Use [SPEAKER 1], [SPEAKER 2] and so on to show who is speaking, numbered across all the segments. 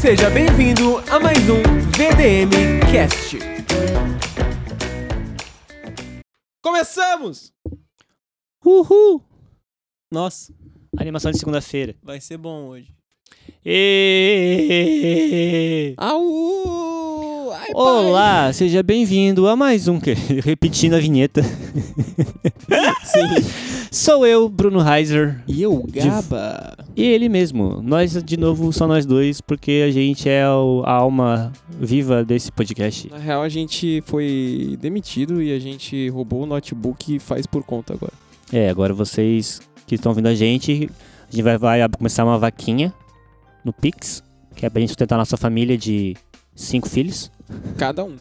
[SPEAKER 1] Seja bem-vindo a mais um VDM Cast. Começamos! Uhul! Nossa,
[SPEAKER 2] Animação de segunda-feira.
[SPEAKER 1] vai ser bom hoje.
[SPEAKER 2] Ê!
[SPEAKER 1] Au! Ai,
[SPEAKER 2] Olá, seja bem-vindo a mais um. que- Repetindo a vinheta. Sou eu, Bruno Heiser.
[SPEAKER 1] E eu, Gaba.
[SPEAKER 2] E ele mesmo. Nós, de novo, só nós dois, porque a gente é o- a alma viva desse podcast.
[SPEAKER 1] Na real, a gente foi demitido e a gente roubou o notebook e faz por conta agora.
[SPEAKER 2] É, agora vocês que estão ouvindo a gente, a gente vai, vai ab- começar uma vaquinha no Pix, que é pra gente sustentar a nossa família de cinco filhos.
[SPEAKER 1] Cada um.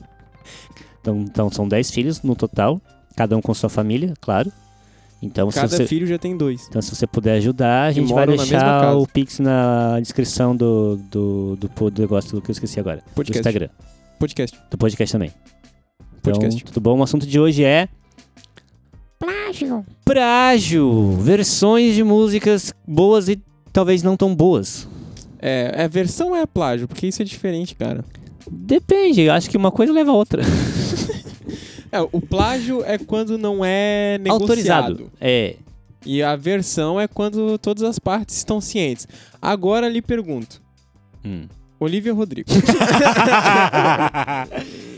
[SPEAKER 2] Então, então são 10 filhos no total, cada um com sua família, claro. Então, se
[SPEAKER 1] Cada
[SPEAKER 2] você,
[SPEAKER 1] filho já tem dois.
[SPEAKER 2] então, se você puder ajudar, a gente vai
[SPEAKER 1] moram na mesma
[SPEAKER 2] deixar
[SPEAKER 1] casa.
[SPEAKER 2] o Pix na descrição do, do, do, po- do negócio que eu esqueci agora. Do
[SPEAKER 1] Podcast.
[SPEAKER 2] Instagram.
[SPEAKER 1] Podcast.
[SPEAKER 2] Do podcast também. Então,
[SPEAKER 1] Podcast.
[SPEAKER 2] tudo bom? O assunto de hoje é. Prágio! Versões de músicas boas e talvez não tão boas.
[SPEAKER 1] É, é, versão é plágio, porque isso é diferente, cara.
[SPEAKER 2] Depende, eu acho que uma coisa leva a outra.
[SPEAKER 1] É, o plágio é quando não é negociado.
[SPEAKER 2] Autorizado. É.
[SPEAKER 1] E a versão é quando todas as partes estão cientes. Agora lhe pergunto,
[SPEAKER 2] Hum.
[SPEAKER 1] Olivia Rodrigo.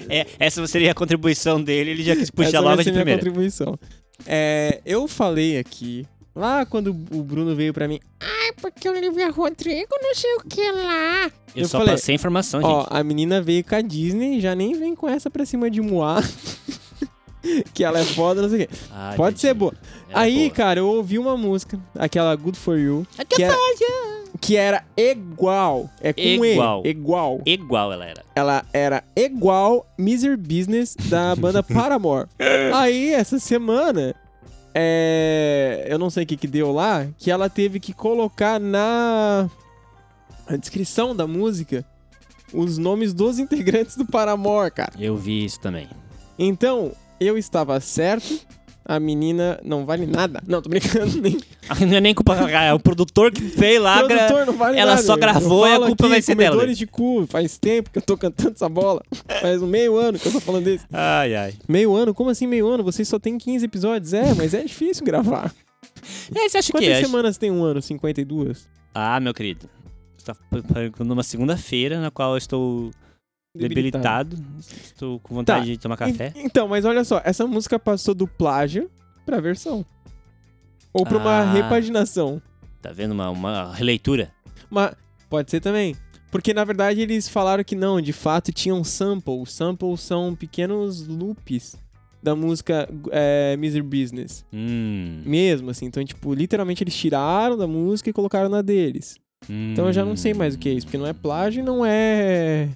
[SPEAKER 2] É, essa seria a contribuição dele, ele já quis puxar
[SPEAKER 1] Essa
[SPEAKER 2] logo
[SPEAKER 1] vai ser
[SPEAKER 2] de
[SPEAKER 1] minha
[SPEAKER 2] primeira.
[SPEAKER 1] contribuição. É, eu falei aqui, lá quando o Bruno veio pra mim, ai, porque Olivia Rodrigo não sei o que lá.
[SPEAKER 2] Eu,
[SPEAKER 1] Eu
[SPEAKER 2] só
[SPEAKER 1] falei,
[SPEAKER 2] passei a informação,
[SPEAKER 1] Ó,
[SPEAKER 2] gente.
[SPEAKER 1] a menina veio com a Disney, já nem vem com essa pra cima de Moá. que ela é foda, não sei o quê.
[SPEAKER 2] Ah,
[SPEAKER 1] Pode
[SPEAKER 2] entendi.
[SPEAKER 1] ser boa.
[SPEAKER 2] Era
[SPEAKER 1] Aí,
[SPEAKER 2] é boa. é
[SPEAKER 1] cara, eu ouvi uma música, aquela Good For You, que era, que era igual. É com
[SPEAKER 2] Igual.
[SPEAKER 1] E. Igual.
[SPEAKER 2] Igual ela era.
[SPEAKER 1] Ela era igual Miser Business da banda Paramore. Aí, essa semana, é, eu não sei o que, que deu lá, que ela teve que colocar na na descrição da música os nomes dos integrantes do Paramore, cara.
[SPEAKER 2] Eu vi isso também.
[SPEAKER 1] Então, eu estava certo, a menina não vale nada. Não, tô brincando, nem
[SPEAKER 2] Não é nem culpa. É o produtor que fez lá. gra-
[SPEAKER 1] produtor não vale
[SPEAKER 2] ela
[SPEAKER 1] nada.
[SPEAKER 2] só gravou
[SPEAKER 1] Eu
[SPEAKER 2] e a
[SPEAKER 1] falo
[SPEAKER 2] culpa
[SPEAKER 1] aqui,
[SPEAKER 2] vai ser dela,
[SPEAKER 1] comedores de cu, faz tempo que eu tô cantando essa bola. Faz um meio ano que eu tô falando desse.
[SPEAKER 2] Ai, ai.
[SPEAKER 1] Meio ano? Como assim meio ano? Vocês só tem 15 episódios? É, mas é difícil gravar.
[SPEAKER 2] É, você acha que
[SPEAKER 1] Quantas
[SPEAKER 2] é?
[SPEAKER 1] semanas tem um ano? 52?
[SPEAKER 2] Ah, meu querido. Você tá p- p- numa segunda-feira na qual eu estou debilitado. Estou com vontade
[SPEAKER 1] Tá.
[SPEAKER 2] de tomar
[SPEAKER 1] En-
[SPEAKER 2] café.
[SPEAKER 1] Então, mas olha só, essa música passou do plágio pra versão. Ou pra uma
[SPEAKER 2] Ah.
[SPEAKER 1] repaginação.
[SPEAKER 2] Tá vendo uma, uma releitura?
[SPEAKER 1] Mas pode ser também. Porque na verdade eles falaram que não, de fato tinha um sample. Samples são pequenos loops da música é, Miser Business.
[SPEAKER 2] Hum.
[SPEAKER 1] Mesmo assim, então, tipo, literalmente eles tiraram da música e colocaram na deles. Então eu já
[SPEAKER 2] hum.
[SPEAKER 1] não sei mais o que é isso, porque não é plágio, e não é,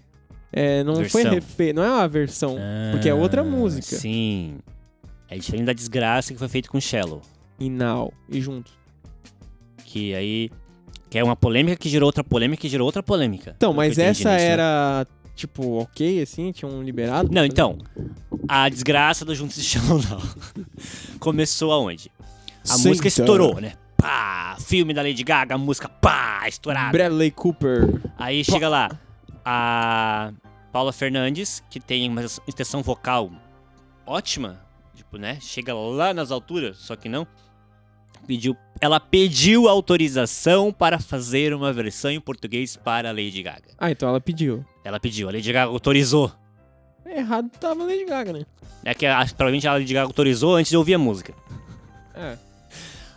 [SPEAKER 1] é não foi
[SPEAKER 2] Versão.
[SPEAKER 1] refe, não é uma versão. porque é outra
[SPEAKER 2] Ah,
[SPEAKER 1] música.
[SPEAKER 2] Sim. É diferente da desgraça que foi feito com Shallow.
[SPEAKER 1] E now e junto.
[SPEAKER 2] Que aí. Que é uma polêmica que gerou outra polêmica que gerou outra polêmica.
[SPEAKER 1] Então,
[SPEAKER 2] Pelo
[SPEAKER 1] mas
[SPEAKER 2] que eu entendi,
[SPEAKER 1] essa
[SPEAKER 2] né? Isso
[SPEAKER 1] era tipo OK assim, tinha um liberado. pra
[SPEAKER 2] Não,
[SPEAKER 1] fazer?
[SPEAKER 2] então. A desgraça do Juntos e Chão, não. Começou aonde? A
[SPEAKER 1] Sim,
[SPEAKER 2] música
[SPEAKER 1] então.
[SPEAKER 2] estourou, né? Pá! Filme da Lady Gaga, a música pá! Estourada.
[SPEAKER 1] Então, Bradley Cooper.
[SPEAKER 2] Aí chega lá a Paula Fernandes, que tem uma extensão vocal ótima, tipo, né? Chega lá nas alturas, só que não. Pediu, ela pediu autorização para fazer uma versão em português para a Lady Gaga.
[SPEAKER 1] Ah, então ela pediu.
[SPEAKER 2] Ela pediu, a Lady Gaga autorizou.
[SPEAKER 1] Errado tava Lady Gaga, né?
[SPEAKER 2] É que a- provavelmente a Lady Gaga autorizou antes de ouvir a música.
[SPEAKER 1] É.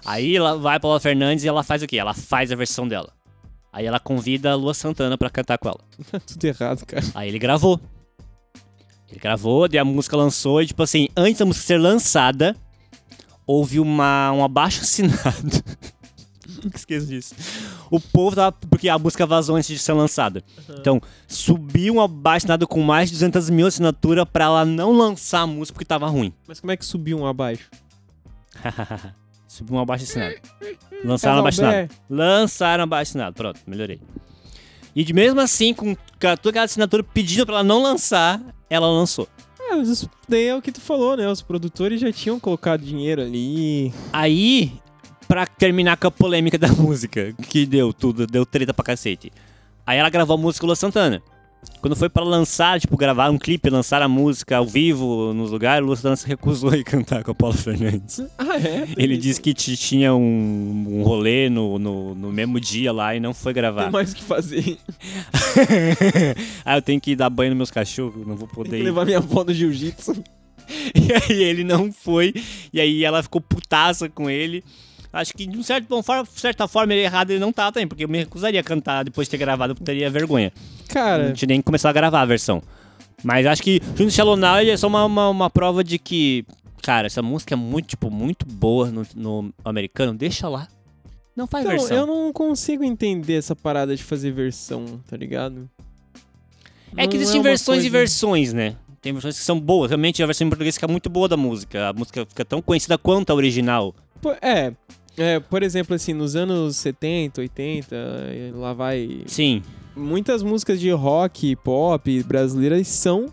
[SPEAKER 2] Aí ela vai pra Paula Fernandes e ela faz o quê? Ela faz a versão dela. Aí ela convida a Lua Santana pra cantar com ela.
[SPEAKER 1] Tá tudo errado, cara.
[SPEAKER 2] Aí ele gravou. Ele gravou, daí a música lançou e, tipo assim, antes da música ser lançada, houve uma, um abaixo assinado. Nunca Esqueço disso. O povo tava. Porque a música vazou antes de ser lançada. Então, subiu um abaixo assinado com mais de 200 mil assinaturas pra ela não lançar a música porque tava ruim.
[SPEAKER 1] Mas como é que subiu um abaixo?
[SPEAKER 2] subiu um abaixo assinado.
[SPEAKER 1] Tá
[SPEAKER 2] Lançaram um abaixo assinado.
[SPEAKER 1] Casalbé.
[SPEAKER 2] Lançaram abaixo assinado. Pronto, melhorei. E de mesmo assim, com ca- toda aquela assinatura pedida pra ela não lançar, ela lançou.
[SPEAKER 1] Ah, mas isso daí é o que tu falou, né? Os produtores já tinham colocado dinheiro ali.
[SPEAKER 2] Aí, pra terminar com a polêmica da música, que deu tudo, deu treta pra cacete. Aí ela gravou a música Lua Santana. Quando foi pra lançar, tipo, gravar um clipe, lançar a música ao vivo nos lugares, Lua Santana se recusou a ir cantar com a Paula Fernandes.
[SPEAKER 1] Ah, é?
[SPEAKER 2] Ele disse que t- tinha um, um rolê no, no, no mesmo dia lá e não foi
[SPEAKER 1] Tem
[SPEAKER 2] gravar.
[SPEAKER 1] mais o que fazer.
[SPEAKER 2] ah, eu tenho que dar banho nos meus cachorros, não vou poder
[SPEAKER 1] Tem que
[SPEAKER 2] ir.
[SPEAKER 1] levar minha avó no jiu-jitsu.
[SPEAKER 2] E aí ele não foi. E aí ela ficou putaça com ele. Acho que de um certo, bom, forma- certa forma ele errado ele não tá também, porque eu me recusaria a cantar depois de ter gravado, eu teria vergonha. Não
[SPEAKER 1] Cara,
[SPEAKER 2] tinha nem começado a gravar a versão. Mas acho que Junto Shalonau é só uma, uma, uma prova de que, cara, essa música é muito, tipo, muito boa no, no americano, deixa lá. Não faz
[SPEAKER 1] então,
[SPEAKER 2] versão.
[SPEAKER 1] eu não consigo entender essa parada de fazer versão, tá ligado?
[SPEAKER 2] É
[SPEAKER 1] Não
[SPEAKER 2] que existem
[SPEAKER 1] uma
[SPEAKER 2] versões e
[SPEAKER 1] coisa-
[SPEAKER 2] versões, né? Tem versões que são boas. Realmente a versão em português fica muito boa da música. A música fica tão conhecida quanto a original.
[SPEAKER 1] Po- É, é, por exemplo, assim, nos anos 70, 80, eh, lá vai.
[SPEAKER 2] Sim.
[SPEAKER 1] Muitas músicas de rock, pop brasileiras são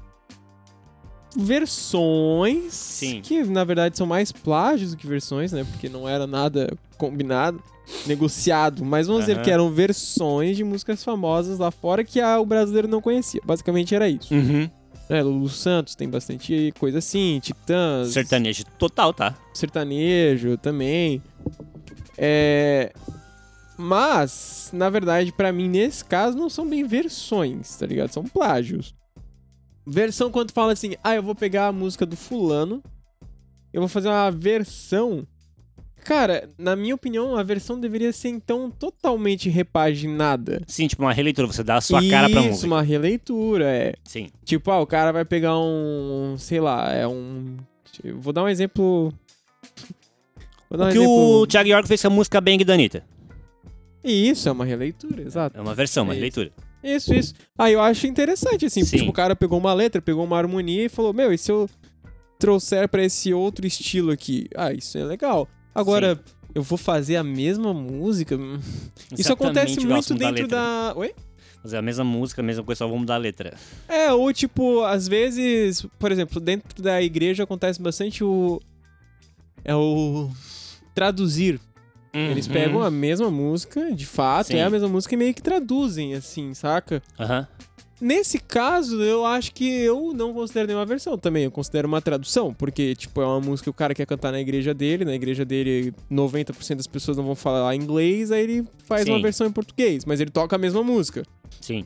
[SPEAKER 1] versões
[SPEAKER 2] Sim.
[SPEAKER 1] que na verdade são mais plágios do que versões, né? Porque não era nada combinado, negociado, mas vamos dizer
[SPEAKER 2] Aham.
[SPEAKER 1] que eram versões de músicas famosas lá fora que a- o brasileiro não conhecia. Basicamente era isso.
[SPEAKER 2] Uhum.
[SPEAKER 1] É, Lulu Santos tem bastante coisa assim, Titãs,
[SPEAKER 2] Sertanejo total, tá?
[SPEAKER 1] sertanejo também. É, mas, na verdade, pra mim, nesse caso, não são bem versões, tá ligado? São plágios. Versão quando fala assim, ah, eu vou pegar a música do fulano, eu vou fazer uma versão. Cara, na minha opinião, a versão deveria ser, então, totalmente repaginada.
[SPEAKER 2] Sim, tipo uma releitura, você dá a sua cara pra
[SPEAKER 1] Isso,
[SPEAKER 2] música.
[SPEAKER 1] uma releitura, é.
[SPEAKER 2] Sim.
[SPEAKER 1] Tipo, ah, o cara vai pegar um. Sei lá, é um. eu Vou dar um exemplo. Vou dar
[SPEAKER 2] O
[SPEAKER 1] um
[SPEAKER 2] que
[SPEAKER 1] exemplo.
[SPEAKER 2] o Thiago York fez com a música Bang da Anitta.
[SPEAKER 1] E Isso, é uma releitura, exato.
[SPEAKER 2] É uma versão, uma
[SPEAKER 1] É isso.
[SPEAKER 2] releitura.
[SPEAKER 1] Isso, isso. Aí eu acho interessante, assim.
[SPEAKER 2] Sim.
[SPEAKER 1] Tipo, o cara pegou uma letra, pegou uma harmonia e falou: Meu, e se eu trouxer pra esse outro estilo aqui? Ah, isso é legal. Agora, eu vou fazer a mesma música? Hum. Isso acontece
[SPEAKER 2] Exatamente igual,
[SPEAKER 1] muito
[SPEAKER 2] só mudar a
[SPEAKER 1] dentro
[SPEAKER 2] letra.
[SPEAKER 1] da. Oi?
[SPEAKER 2] Fazer a mesma música, a mesma coisa, só vou mudar a letra.
[SPEAKER 1] É, ou tipo, às vezes, por exemplo, dentro da igreja acontece bastante o. É o. Traduzir. Eles
[SPEAKER 2] Uhum.
[SPEAKER 1] pegam a mesma música, de fato,
[SPEAKER 2] Sim.
[SPEAKER 1] é a mesma música e meio que traduzem, assim, saca?
[SPEAKER 2] Aham.
[SPEAKER 1] Nesse caso, eu acho que eu não considero nenhuma versão também, eu considero uma tradução, porque, tipo, é uma música que o cara quer cantar na igreja dele, na igreja dele 90% das pessoas não vão falar inglês, aí ele faz
[SPEAKER 2] Sim.
[SPEAKER 1] uma versão em português, mas ele toca a mesma música.
[SPEAKER 2] Sim.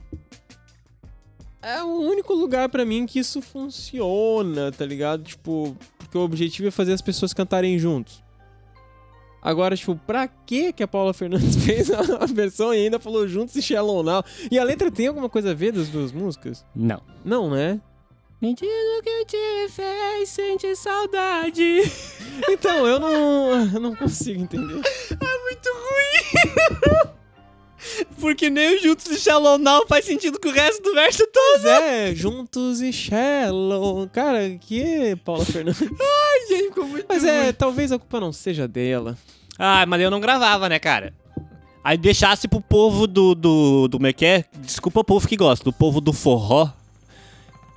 [SPEAKER 1] É o único lugar pra mim que isso funciona, tá ligado? Tipo, porque o objetivo é fazer as pessoas cantarem juntos. Agora, tipo, pra que que a Paula Fernandes fez a versão e ainda falou juntos e Shallow Now? E a letra tem alguma coisa a ver das duas músicas?
[SPEAKER 2] Não.
[SPEAKER 1] Não, né?
[SPEAKER 2] Me diz o que te fez sentir saudade.
[SPEAKER 1] Então, eu não, eu não consigo entender.
[SPEAKER 2] Muito ruim. Porque nem o Juntos de Shallow Now faz sentido com o resto do verso todo.
[SPEAKER 1] Mas é, juntos e Shallow. Cara, que Paula Fernandes.
[SPEAKER 2] Ai, gente, ficou muito
[SPEAKER 1] Mas é, talvez a culpa não seja dela.
[SPEAKER 2] Ah, mas eu não gravava, né, cara? Aí deixasse pro povo do. do. do como é que é? Desculpa o povo que gosta, do povo do forró.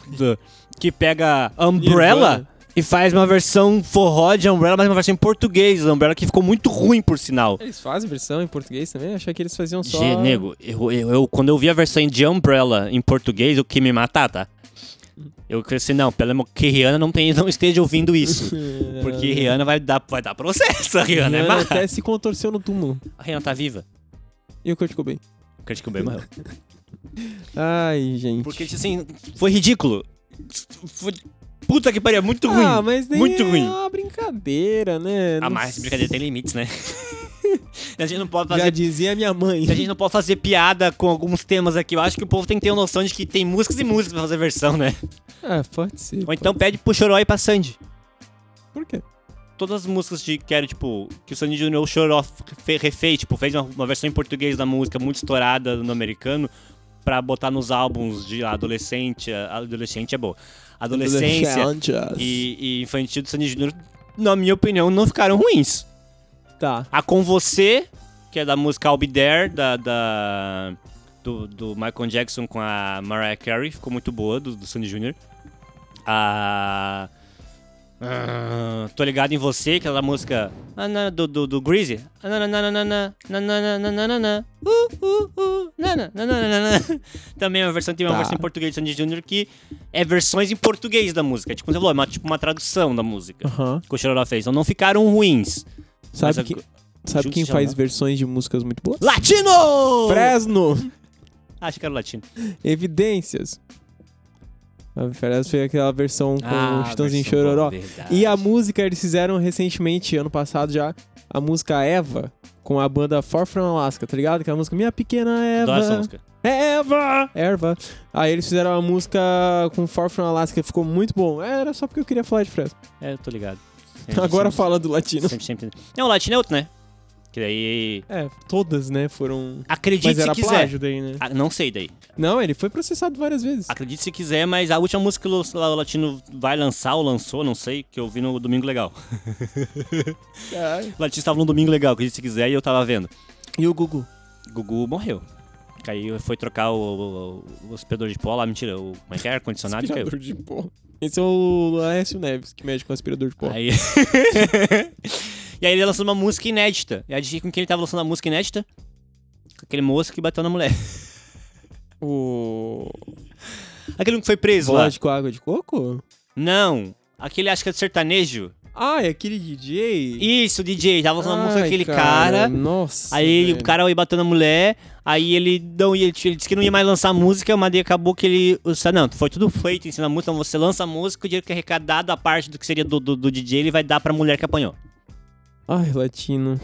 [SPEAKER 2] do- que pega Umbrella
[SPEAKER 1] Nirvana.
[SPEAKER 2] e faz uma versão forró de Umbrella, mas uma versão em português. da Umbrella que ficou muito ruim, por sinal.
[SPEAKER 1] Eles fazem versão em português também? Achei que eles faziam só.
[SPEAKER 2] Gê, nego, eu, eu- eu- quando eu vi a versão de Umbrella em português, eu quis me matar, tá? Eu pensei, não, pelo menos que Rihanna não, tem, não esteja ouvindo isso. Porque Rihanna vai dar, vai dar processo, a Rihanna, é
[SPEAKER 1] É. Rihanna
[SPEAKER 2] má.
[SPEAKER 1] até se contorceu no túmulo.
[SPEAKER 2] A Rihanna tá viva.
[SPEAKER 1] E o Kurt Cobain.
[SPEAKER 2] Kurt Cobain morreu.
[SPEAKER 1] Ai, gente.
[SPEAKER 2] Porque, tipo assim, foi ridículo. Foi- Puta que pariu, é muito ruim.
[SPEAKER 1] Ah, mas nem
[SPEAKER 2] Muito
[SPEAKER 1] é
[SPEAKER 2] ruim.
[SPEAKER 1] uma brincadeira, né?
[SPEAKER 2] Ah,
[SPEAKER 1] Não
[SPEAKER 2] mas
[SPEAKER 1] sei.
[SPEAKER 2] brincadeira tem limites, né? a gente não pode
[SPEAKER 1] Já
[SPEAKER 2] fazer.
[SPEAKER 1] dizia minha mãe.
[SPEAKER 2] A gente não pode fazer piada com alguns temas aqui. Eu acho que o povo tem que ter uma noção de que tem músicas e músicas pra fazer versão, né?
[SPEAKER 1] Ah, pode ser.
[SPEAKER 2] Ou então pede pro Choró e pra Sandy.
[SPEAKER 1] Por quê?
[SPEAKER 2] Todas as músicas de que era, tipo, que o Sandy Junior Choró fe- refez, tipo, fez uma, uma versão em português da música muito estourada no americano pra botar nos álbuns de adolescente. a- Adolescente é boa. Adolescência. e, e infantil do Sandy Júnior, na minha opinião, não ficaram ruins.
[SPEAKER 1] Tá.
[SPEAKER 2] A Ah, Com Você, que é da música I'll Be There, da, da- do, do Michael Jackson com a Mariah Carey, ficou muito boa, do, do Sandy Júnior. A Ah, tô ligado em você, aquela música ah, na- do, do, do Greasy. Ah, na, na, na, na, na, na, na, na, na, na, na, na. Uh, uh, uh, na, na, na, na, na, na. Também é uma versão, tem uma
[SPEAKER 1] Tá.
[SPEAKER 2] versão em português de Sandy Jr. que é versões em português da música. Tipo, você falou, é uma, tipo uma tradução da música
[SPEAKER 1] Aham.
[SPEAKER 2] que o Chororó fez. Então não ficaram ruins.
[SPEAKER 1] Uhum. Sabe,
[SPEAKER 2] Mas
[SPEAKER 1] que-
[SPEAKER 2] ag-
[SPEAKER 1] sabe
[SPEAKER 2] Justo
[SPEAKER 1] quem
[SPEAKER 2] já,
[SPEAKER 1] faz
[SPEAKER 2] né?
[SPEAKER 1] versões de músicas muito boas?
[SPEAKER 2] Latino!
[SPEAKER 1] Fresno!
[SPEAKER 2] Ah, Acho que era latino.
[SPEAKER 1] Evidências. A Fresno foi aquela versão com o um Chitãozinho
[SPEAKER 2] versão boa,
[SPEAKER 1] Chororó.
[SPEAKER 2] Ah, verdade.
[SPEAKER 1] E a música eles fizeram recentemente, ano passado já, a música Eva, com a banda Far From Alaska, tá ligado? Aquela música Minha Pequena
[SPEAKER 2] Adoro essa
[SPEAKER 1] Eva.
[SPEAKER 2] música.
[SPEAKER 1] Eva! Erva. Aí eles fizeram uma música com Far From Alaska, ficou muito bom. É, Era só porque eu queria falar de Fresno.
[SPEAKER 2] É, eu tô ligado.
[SPEAKER 1] Agora
[SPEAKER 2] fala.
[SPEAKER 1] fala do latino.
[SPEAKER 2] Sempre, sempre. Não, o latino é outro, né? Que daí.
[SPEAKER 1] É, todas, né, foram...
[SPEAKER 2] Acredite
[SPEAKER 1] Mas
[SPEAKER 2] se
[SPEAKER 1] era
[SPEAKER 2] quiser.
[SPEAKER 1] plágio daí, né?
[SPEAKER 2] Ah, não sei daí.
[SPEAKER 1] Não, ele foi processado várias vezes.
[SPEAKER 2] Acredite se quiser, mas a última música que o o Latino vai lançar, ou lançou, não sei, que eu vi no Domingo Legal.
[SPEAKER 1] Caralho.
[SPEAKER 2] O Latino estava no Domingo Legal, acredite se quiser, e eu tava vendo.
[SPEAKER 1] E o Gugu?
[SPEAKER 2] Gugu morreu. Caiu, foi trocar o, o, o hospedador de pó lá, mentira, o como é que é? Ar-condicionado e caiu.
[SPEAKER 1] Aspirador de pó. Esse é o Laércio Neves, que mexe com aspirador de pó.
[SPEAKER 2] Aí... e aí ele lançou uma música inédita. E adivinha com quem ele tava lançando a música inédita? Com aquele moço que bateu na mulher.
[SPEAKER 1] O...
[SPEAKER 2] Aquele que foi preso lá.
[SPEAKER 1] Lógico, água de coco?
[SPEAKER 2] Não, aquele acho que é de sertanejo.
[SPEAKER 1] Ah, é aquele DJ?
[SPEAKER 2] Isso, DJ, tava lançando uma música com
[SPEAKER 1] Ai,
[SPEAKER 2] aquele cara
[SPEAKER 1] Nossa.
[SPEAKER 2] Aí
[SPEAKER 1] velho.
[SPEAKER 2] o cara ia batendo a mulher, aí ele não ia, ele disse que não ia mais lançar a música, mas daí acabou que ele. o sa- Não, foi tudo feito em cima da música, então você lança a música, o dinheiro que é arrecadado, a parte do que seria do, do, do DJ, ele vai dar pra mulher que apanhou.
[SPEAKER 1] Ai, latino.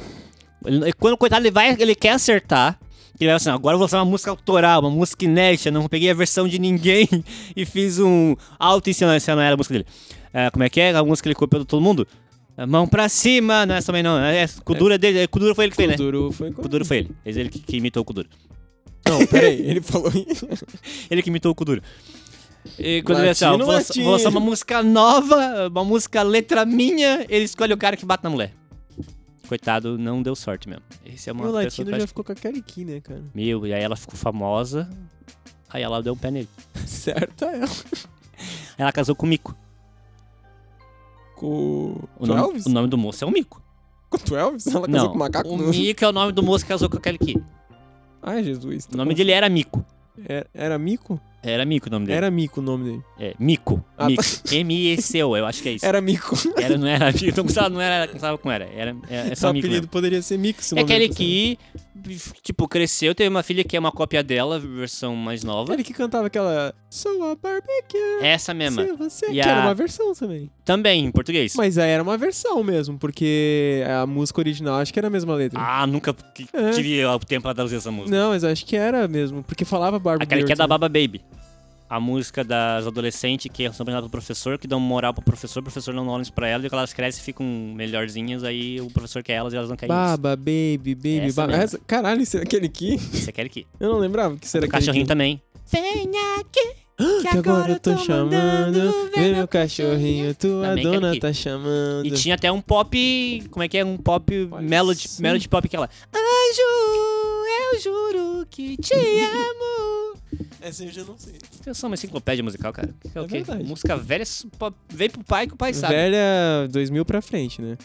[SPEAKER 2] Ele- quando o coitado ele vai, ele quer acertar. Ele vai assim, "Não, agora eu vou lançar uma música autoral, uma música inédita, não peguei a versão de ninguém e fiz um alto ensinamento. Essa não era a música dele. É, como é que é? A música que ele copiou de todo mundo? É, Mão pra cima, não é essa também não. É, Kudura dele, é, Kudura foi ele que fez, né?
[SPEAKER 1] Kuduro foi...
[SPEAKER 2] Kuduro foi ele. é Ele que, que imitou o Kuduro.
[SPEAKER 1] Não, peraí, ele falou isso.
[SPEAKER 2] Ele que imitou o Kuduro. E quando ele assim, ó,
[SPEAKER 1] Latino,
[SPEAKER 2] vou lançar- vou lançar uma música nova, uma música letra minha, ele escolhe o cara que bate na mulher. Coitado, não deu sorte mesmo. Esse é uma
[SPEAKER 1] o
[SPEAKER 2] pessoa
[SPEAKER 1] latino
[SPEAKER 2] que eu
[SPEAKER 1] já
[SPEAKER 2] acho-
[SPEAKER 1] ficou com a Kariki, né, cara?
[SPEAKER 2] Meu, e aí ela ficou famosa, aí ela deu um pé nele.
[SPEAKER 1] Certo é.
[SPEAKER 2] Aí Ela casou com o Mico.
[SPEAKER 1] Com
[SPEAKER 2] O nome,
[SPEAKER 1] Elvis?
[SPEAKER 2] o nome do moço é o Mico.
[SPEAKER 1] Com o Elvis? Ela casou
[SPEAKER 2] não,
[SPEAKER 1] com o macaco?
[SPEAKER 2] o
[SPEAKER 1] Não.
[SPEAKER 2] Mico é o nome do moço que casou com aquele aqui.
[SPEAKER 1] Ai, Jesus.
[SPEAKER 2] O nome dele era Mico.
[SPEAKER 1] Era, era Mico?
[SPEAKER 2] Era Mico o nome dele.
[SPEAKER 1] Era Mico o nome dele.
[SPEAKER 2] É, Mico.
[SPEAKER 1] Ah, tá.
[SPEAKER 2] Mico. M-I-C-O, eu acho que é isso.
[SPEAKER 1] Era Mico.
[SPEAKER 2] Era, não era Mico, não gostava, não era, não gostava como era. Era, é, é
[SPEAKER 1] Seu
[SPEAKER 2] só Mico mesmo.
[SPEAKER 1] apelido poderia ser Mico. se o
[SPEAKER 2] É
[SPEAKER 1] nome
[SPEAKER 2] aquele
[SPEAKER 1] dele
[SPEAKER 2] que, tipo, cresceu, teve uma filha que é uma cópia dela, versão mais
[SPEAKER 1] fosse-
[SPEAKER 2] nova. É
[SPEAKER 1] Ele que cantava aquela... Sou a barbecue,
[SPEAKER 2] Essa mesma.
[SPEAKER 1] se você...
[SPEAKER 2] E
[SPEAKER 1] Que era
[SPEAKER 2] a-
[SPEAKER 1] uma versão também.
[SPEAKER 2] Também, em português.
[SPEAKER 1] Mas aí era uma versão mesmo, porque a música original acho que era a mesma letra.
[SPEAKER 2] Ah, nunca que-
[SPEAKER 1] É.
[SPEAKER 2] tive o tempo pra traduzir essa música.
[SPEAKER 1] Não, mas acho que era mesmo, porque falava Barbie
[SPEAKER 2] Aquela que é
[SPEAKER 1] Girl,
[SPEAKER 2] da
[SPEAKER 1] sabe?
[SPEAKER 2] Baba Baby. A música das adolescentes que são apresentadas pro professor, que dão moral pro professor, o professor não dá olhos pra elas, e quando elas crescem ficam melhorzinhas, aí o professor quer elas e elas não querem é isso.
[SPEAKER 1] Baba, baby, baby,
[SPEAKER 2] Essa
[SPEAKER 1] baba.
[SPEAKER 2] mesmo.
[SPEAKER 1] Essa- caralho, isso era aquele que?
[SPEAKER 2] Você quer que?
[SPEAKER 1] Eu não lembrava que isso era
[SPEAKER 2] O
[SPEAKER 1] aquele
[SPEAKER 2] cachorrinho
[SPEAKER 1] que.
[SPEAKER 2] também.
[SPEAKER 3] Vem aqui, que
[SPEAKER 1] Que agora eu tô chamando, vê Tá meu cachorrinho, tua
[SPEAKER 2] Também aquele
[SPEAKER 1] dona
[SPEAKER 2] que.
[SPEAKER 1] tá chamando.
[SPEAKER 2] E tinha até um pop. Como é que é? Um pop
[SPEAKER 1] Olha
[SPEAKER 2] melody,
[SPEAKER 1] isso.
[SPEAKER 2] melody pop que ela. Anjo, eu juro que te amo.
[SPEAKER 1] Essa eu já não sei.
[SPEAKER 2] Eu sou uma enciclopédia musical, cara. É, o
[SPEAKER 1] É
[SPEAKER 2] quê?
[SPEAKER 1] verdade.
[SPEAKER 2] Música velha s- pop- veio pro pai que o pai sabe.
[SPEAKER 1] Velha 2000 pra frente, né?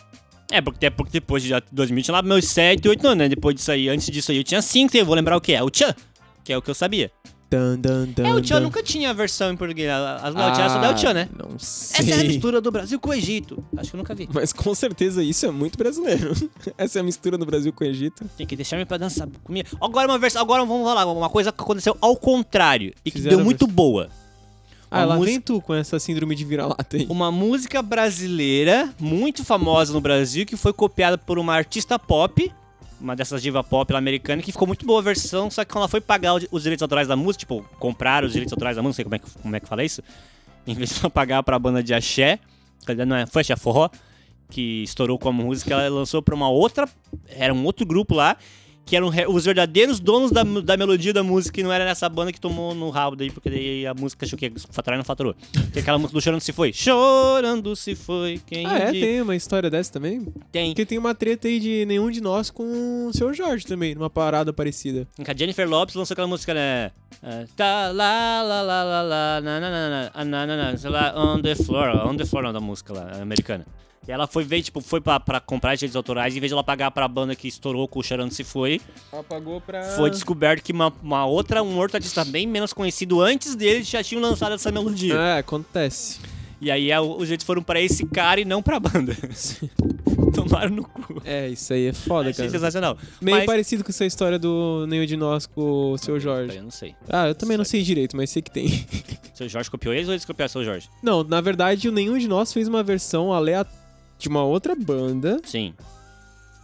[SPEAKER 2] É, porque, é porque depois de já 2000 tinha lá meus 7, 8 anos, né? Depois disso aí, antes disso aí eu tinha 5, eu vou lembrar o que é? O Tchan, que é o que eu sabia.
[SPEAKER 1] Dan, dan, dan,
[SPEAKER 2] é, o Tchan
[SPEAKER 1] dan.
[SPEAKER 2] nunca tinha a versão em português. As ah, tinha só da o Tchan, né?
[SPEAKER 1] Não
[SPEAKER 2] Essa é a
[SPEAKER 1] sei.
[SPEAKER 2] mistura do Brasil com o Egito. Acho que eu nunca vi.
[SPEAKER 1] Mas com certeza isso é muito brasileiro. Essa é a mistura do Brasil com o Egito.
[SPEAKER 2] Tem que deixar-me pra dançar comigo. Agora uma versão, agora vamos falar uma coisa que aconteceu ao contrário e que
[SPEAKER 1] Fizeram
[SPEAKER 2] deu
[SPEAKER 1] a
[SPEAKER 2] muito boa.
[SPEAKER 1] Ah,
[SPEAKER 2] Uma
[SPEAKER 1] lá
[SPEAKER 2] música-
[SPEAKER 1] vem tu com essa síndrome de vira-lata aí.
[SPEAKER 2] Uma música brasileira muito famosa no Brasil que foi copiada por uma artista pop, uma dessas diva pop lá americana que ficou muito boa a versão, só que quando ela foi pagar o- os direitos autorais da música, tipo, comprar os direitos autorais da música, não sei como é que como é que fala isso? Em vez de ela pagar pra banda de axé, quer dizer, não é, foi axé forró, que estourou com a música, ela lançou pra uma outra, era um outro grupo lá que eram re- os verdadeiros donos da, da melodia da música e não era nessa banda que tomou no rabo daí, porque daí a música achou que ia faturar e não faturou. Que é aquela música do Chorando Se Foi. Chorando Se Foi, quem
[SPEAKER 1] Ah, é?
[SPEAKER 2] de-
[SPEAKER 1] Tem uma história dessa também?
[SPEAKER 2] tem.
[SPEAKER 1] Porque tem uma treta aí de nenhum de nós com o seu Jorge também, numa parada parecida.
[SPEAKER 2] A Jennifer Lopes lançou aquela música, né? Ah, Tá lá, lá, lá, lá, lá, na, na, na, na, ah, na, na, na, sei lá, on the floor, on the floor, não, da música lá, é americana. E ela foi ver, tipo, foi pra, pra comprar direitos autorais, em vez de ela pagar pra banda que estourou com o Chorando Se Foi,
[SPEAKER 1] Apagou pra.
[SPEAKER 2] foi descoberto que uma, uma outra, um outro artista bem menos conhecido antes dele já tinham lançado essa melodia.
[SPEAKER 1] É, acontece.
[SPEAKER 2] E aí a- os direitos foram pra esse cara e não pra banda. Tomaram no cu.
[SPEAKER 1] É, isso aí é foda,
[SPEAKER 2] Achei
[SPEAKER 1] cara.
[SPEAKER 2] sensacional.
[SPEAKER 1] Meio
[SPEAKER 2] Mas-
[SPEAKER 1] parecido com essa história do nenhum de nós com o seu Jorge.
[SPEAKER 2] Eu não sei.
[SPEAKER 1] Ah, eu também não sei direito, mas sei que tem.
[SPEAKER 2] Seu Jorge copiou eles ou eles copiaram seu Jorge?
[SPEAKER 1] Não, na verdade, o nenhum de nós fez uma versão aleatória de uma outra banda.
[SPEAKER 2] Sim.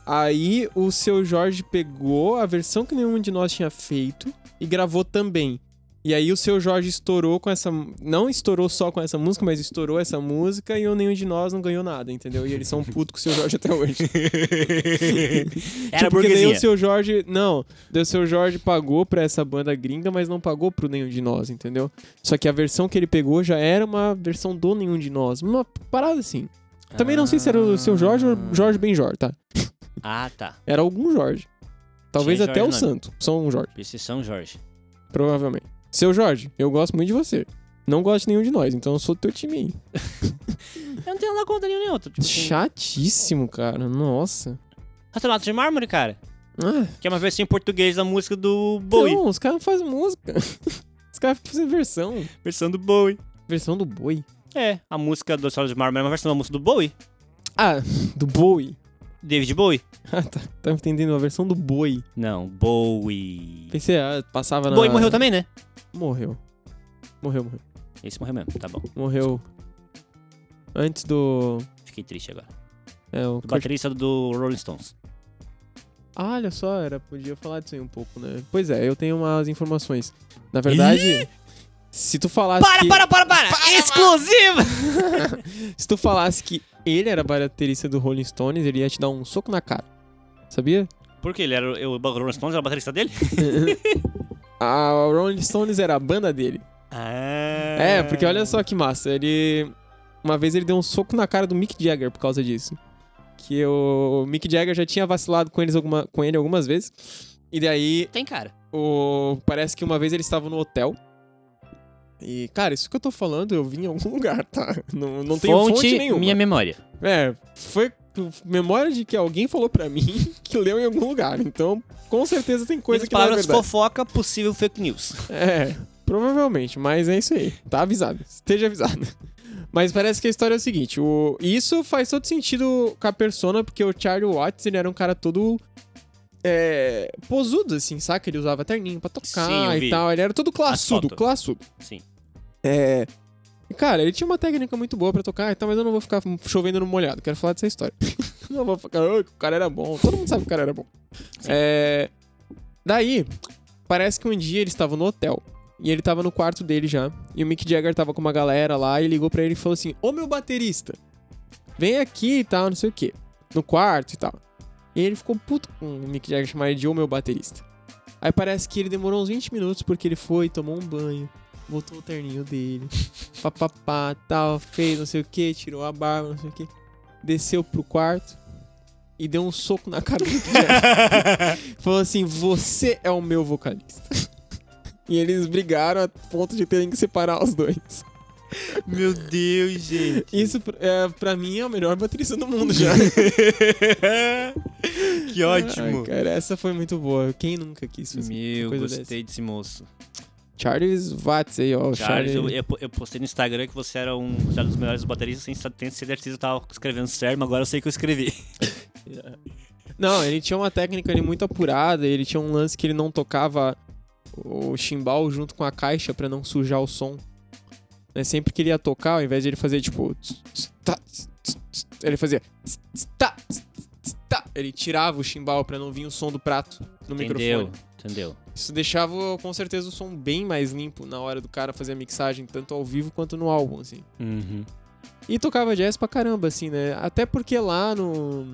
[SPEAKER 1] Aí o seu Jorge pegou a versão que nenhum de nós tinha feito e gravou também. E aí o seu Jorge estourou com essa. Não estourou só com essa música, mas estourou essa música e o nenhum de nós não ganhou nada, entendeu? E eles são putos com o seu Jorge até hoje.
[SPEAKER 2] Era
[SPEAKER 1] Tipo, porque daí
[SPEAKER 2] burguesinha.
[SPEAKER 1] o seu Jorge. Não, daí o seu Jorge pagou pra essa banda gringa, mas não pagou pro nenhum de nós, entendeu? Só que a versão que ele pegou já era uma versão do nenhum de nós. Uma parada assim. Também não sei se era o seu Jorge ou Jorge Benjor, tá?
[SPEAKER 2] Ah, tá.
[SPEAKER 1] Era algum Jorge. Talvez
[SPEAKER 2] Tinha
[SPEAKER 1] até o
[SPEAKER 2] Jorge no
[SPEAKER 1] Santo. São Jorge,
[SPEAKER 2] Esse é São Jorge.
[SPEAKER 1] provavelmente. Seu Jorge, eu gosto muito de você. Não gosto de nenhum de nós, então eu sou do teu time aí.
[SPEAKER 2] Eu não tenho nada contra nenhum nem outro. Tipo, assim,
[SPEAKER 1] Chatíssimo, cara. Nossa.
[SPEAKER 2] Retrato de Mármore, cara.
[SPEAKER 1] Ah,
[SPEAKER 2] Que é uma versão em português da música do Bowie.
[SPEAKER 1] então, os caras fazem música. Os caras fazem versão.
[SPEAKER 2] Versão do Bowie.
[SPEAKER 1] Versão do boi.
[SPEAKER 2] É, a música do Retrato de Mármore é uma versão da música do Bowie.
[SPEAKER 1] Ah, do boi.
[SPEAKER 2] David Bowie.
[SPEAKER 1] Ah, tá. Tava entendendo a versão do boi.
[SPEAKER 2] Não, Bowie.
[SPEAKER 1] Pensei, ah, passava na.
[SPEAKER 2] Bowie morreu também, né?
[SPEAKER 1] Morreu. Morreu, morreu.
[SPEAKER 2] Esse morreu mesmo, tá bom.
[SPEAKER 1] Morreu. Antes do.
[SPEAKER 2] Fiquei triste agora.
[SPEAKER 1] É, o
[SPEAKER 2] O
[SPEAKER 1] Kurt...
[SPEAKER 2] baterista do Rolling Stones.
[SPEAKER 1] Ah, olha só, era, podia falar disso aí um pouco, né? Pois é, eu tenho umas informações. Na verdade, se tu falasse.
[SPEAKER 2] Para,
[SPEAKER 1] que...
[SPEAKER 2] para, para, para! Exclusiva!
[SPEAKER 1] Se tu falasse que ele era baterista do Rolling Stones, ele ia te dar um soco na cara. Sabia?
[SPEAKER 2] Por que ele era o- o Rolling Stones era o baterista dele?
[SPEAKER 1] A o Rolling Stones era a banda dele.
[SPEAKER 2] Ah.
[SPEAKER 1] É, porque olha só que massa. Ele. Uma vez ele deu um soco na cara do Mick Jagger por causa disso. Que o Mick Jagger já tinha vacilado com, eles alguma... com ele algumas vezes. E daí,
[SPEAKER 2] Tem cara.
[SPEAKER 1] o... parece que uma vez eles estavam no hotel. E, cara, isso que eu tô falando, eu vim em algum lugar, tá? Não, não tenho fonte, nenhuma.
[SPEAKER 2] minha memória.
[SPEAKER 1] É, foi memória de que alguém falou pra mim que leu em algum lugar. Então, com certeza tem coisa
[SPEAKER 2] Minhas
[SPEAKER 1] que não é
[SPEAKER 2] palavras
[SPEAKER 1] verdade.
[SPEAKER 2] fofoca, possível fake news.
[SPEAKER 1] É, provavelmente, mas é isso aí. Tá avisado. Esteja avisado. Mas parece que a história é o seguinte: o... isso faz todo sentido com a persona, porque o Charlie Watts ele era um cara todo. É. posudo, assim, saca? Ele usava terninho pra tocar
[SPEAKER 2] Sim, eu
[SPEAKER 1] e
[SPEAKER 2] vi.
[SPEAKER 1] tal. Ele era todo classudo,
[SPEAKER 2] foto.
[SPEAKER 1] classudo.
[SPEAKER 2] Sim.
[SPEAKER 1] É. e, Cara, ele tinha uma técnica muito boa pra tocar e tal, mas eu não vou ficar chovendo no molhado. Quero falar dessa história. não vou ficar. "Ai, que o cara era bom. Todo mundo sabe que o cara era bom. É. Daí, parece que um dia ele estava no hotel. E ele tava no quarto dele já. E o Mick Jagger tava com uma galera lá e ligou pra ele e falou assim: Ô meu baterista, vem aqui e tal, não sei o quê. No quarto e tal. E ele ficou puto com o Mick Jagger chamar ele de Ô meu baterista. Aí parece que ele demorou uns 20 minutos porque ele foi, tomou um banho, botou o terninho dele, papapá, tal, fez não sei o que, tirou a barba, não sei o que, desceu pro quarto e deu um soco na cara do Mick Jagger. Falou assim: Você é o meu vocalista. E eles brigaram a ponto de terem que separar os dois.
[SPEAKER 2] Meu Deus, gente.
[SPEAKER 1] Isso, é, pra mim, é o melhor baterista do mundo já.
[SPEAKER 2] que
[SPEAKER 1] Ai, cara, essa foi muito boa. Quem nunca quis fazer?
[SPEAKER 2] Meu,
[SPEAKER 1] Coisa
[SPEAKER 2] gostei
[SPEAKER 1] dessa.
[SPEAKER 2] desse moço.
[SPEAKER 1] Charles Watts aí, ó. o
[SPEAKER 2] Charles, eu,
[SPEAKER 1] Charles.
[SPEAKER 2] eu, eu postei no Instagram que você era um, você era um dos melhores bateristas sem sa- ter sido artista, eu tava escrevendo certo, mas agora eu sei que eu escrevi.
[SPEAKER 1] Não, ele tinha uma técnica ali muito apurada, ele tinha um lance que ele não tocava o chimbal junto com a caixa pra não sujar o som. Né, Sempre que ele ia tocar, ao invés de ele fazer tipo. tss, tss, tá, tss, tss, tss, Ele fazia. tss, tss, tá, tss, tss, tá. Ele tirava o chimbal pra não vir o som do prato no
[SPEAKER 2] Entendeu?
[SPEAKER 1] microfone.
[SPEAKER 2] Entendeu?
[SPEAKER 1] Isso deixava com certeza o som bem mais limpo na hora do cara fazer a mixagem, tanto ao vivo quanto no álbum, assim.
[SPEAKER 2] Uhum.
[SPEAKER 1] E tocava jazz pra caramba, assim, né? Até porque lá no.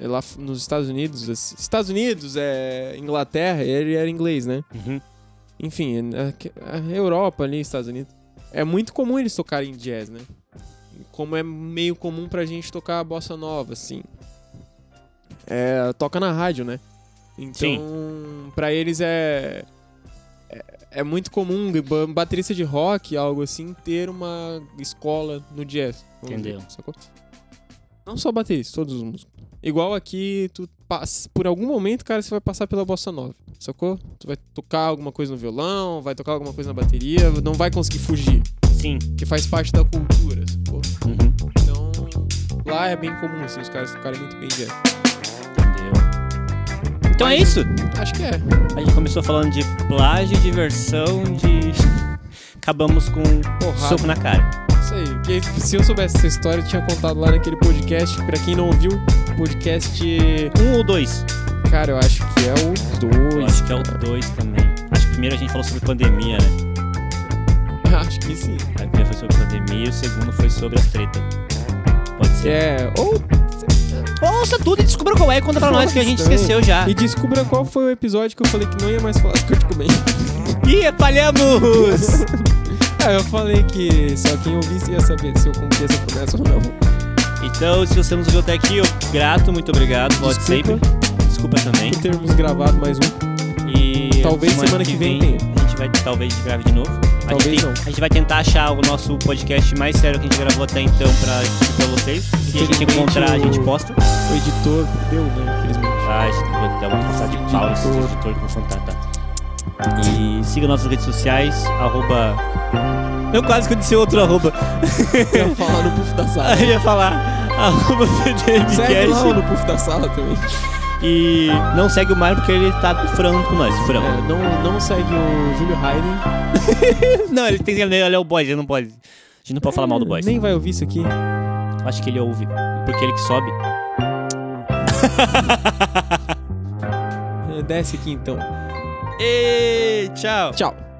[SPEAKER 1] É Lá f- nos Estados Unidos, assim- Estados Unidos, é Inglaterra, ele era inglês, né?
[SPEAKER 2] Uhum.
[SPEAKER 1] Enfim, é, a, a Europa ali, Estados Unidos. É muito comum eles tocarem jazz, né? Como é meio comum pra gente tocar a bossa nova, assim. É, toca na rádio, né? Então, pra eles é, é. É muito comum ba- baterista de rock, algo assim, ter uma escola no jazz. vamos dizer,
[SPEAKER 2] Entendeu.
[SPEAKER 1] sacou? Não só baterista, todos os músicos. Igual aqui, tu passa, por algum momento, cara, você vai passar pela bossa nova, sacou? Tu vai tocar alguma coisa no violão, vai tocar alguma coisa na bateria, não vai conseguir fugir,
[SPEAKER 2] Sim.
[SPEAKER 1] porque faz parte da cultura, sacou?
[SPEAKER 2] Uhum.
[SPEAKER 1] Então, lá é bem comum, assim, os caras tocarem muito bem jazz.
[SPEAKER 2] Entendeu. Então é isso.
[SPEAKER 1] Acho que é.
[SPEAKER 2] A gente começou falando de plágio, diversão, de. Acabamos com um
[SPEAKER 1] Porrada.
[SPEAKER 2] soco na cara.
[SPEAKER 1] Isso aí. Porque se eu soubesse essa história, eu tinha contado lá naquele podcast. Pra quem não ouviu, podcast.
[SPEAKER 2] Um ou dois?
[SPEAKER 1] Cara, eu acho que é o
[SPEAKER 2] Eu
[SPEAKER 1] 2.
[SPEAKER 2] acho que é o dois também. Acho que primeiro a gente falou sobre pandemia, né?
[SPEAKER 1] Acho que sim.
[SPEAKER 2] Aí o primeiro foi sobre pandemia e o segundo foi sobre as tretas. Pode ser.
[SPEAKER 1] É. Ou.
[SPEAKER 2] Ouça tudo e descubra qual é e conta pra nós que a gente
[SPEAKER 1] Nossa.
[SPEAKER 2] esqueceu já.
[SPEAKER 1] E descubra qual foi o episódio que eu falei que não ia mais falar do Kurt Cobain.
[SPEAKER 2] Ih, falhamos!
[SPEAKER 1] Ah, eu falei que só quem ouvisse ia saber se eu cumpri essa promessa ou não.
[SPEAKER 2] então, se você nos ouviu até aqui, eu grato, muito obrigado. Volte sempre.
[SPEAKER 1] Desculpa
[SPEAKER 2] Desculpa também.
[SPEAKER 1] por termos gravado mais um.
[SPEAKER 2] E
[SPEAKER 1] Talvez semana que vem tenha.
[SPEAKER 2] a gente vai talvez grave de novo. a
[SPEAKER 1] Talvez
[SPEAKER 2] gente, tem-
[SPEAKER 1] não.
[SPEAKER 2] A gente vai tentar achar o nosso podcast mais sério que a gente gravou até então pra distribuir pra vocês. Se a gente
[SPEAKER 1] Infelizmente,
[SPEAKER 2] encontrar, a gente
[SPEAKER 1] o-
[SPEAKER 2] posta.
[SPEAKER 1] O editor deu, né? Infelizmente.
[SPEAKER 2] Ah, acho que vou dar uma passada de pau nesse
[SPEAKER 1] Editor.
[SPEAKER 2] editor com fantasma. tá? E siga nossas redes sociais, arroba. Eu quase que eu disse outro arroba.
[SPEAKER 1] Eu ia falar no puff da sala.
[SPEAKER 2] Eu ia falar arroba
[SPEAKER 1] Segue lá
[SPEAKER 2] PDMcast.
[SPEAKER 1] no puff da sala também.
[SPEAKER 2] E não segue o Mário porque ele tá furando com nós, furão.
[SPEAKER 1] É, não, não segue o Júlio Hayden.
[SPEAKER 2] Não, ele tem ele é o boy, ele não pode. A gente não pode falar mal do boy.
[SPEAKER 1] É, Nem vai ouvir isso aqui.
[SPEAKER 2] Acho que ele ouve. Porque ele que sobe.
[SPEAKER 1] Desce aqui então.
[SPEAKER 2] E tchau!
[SPEAKER 1] Tchau.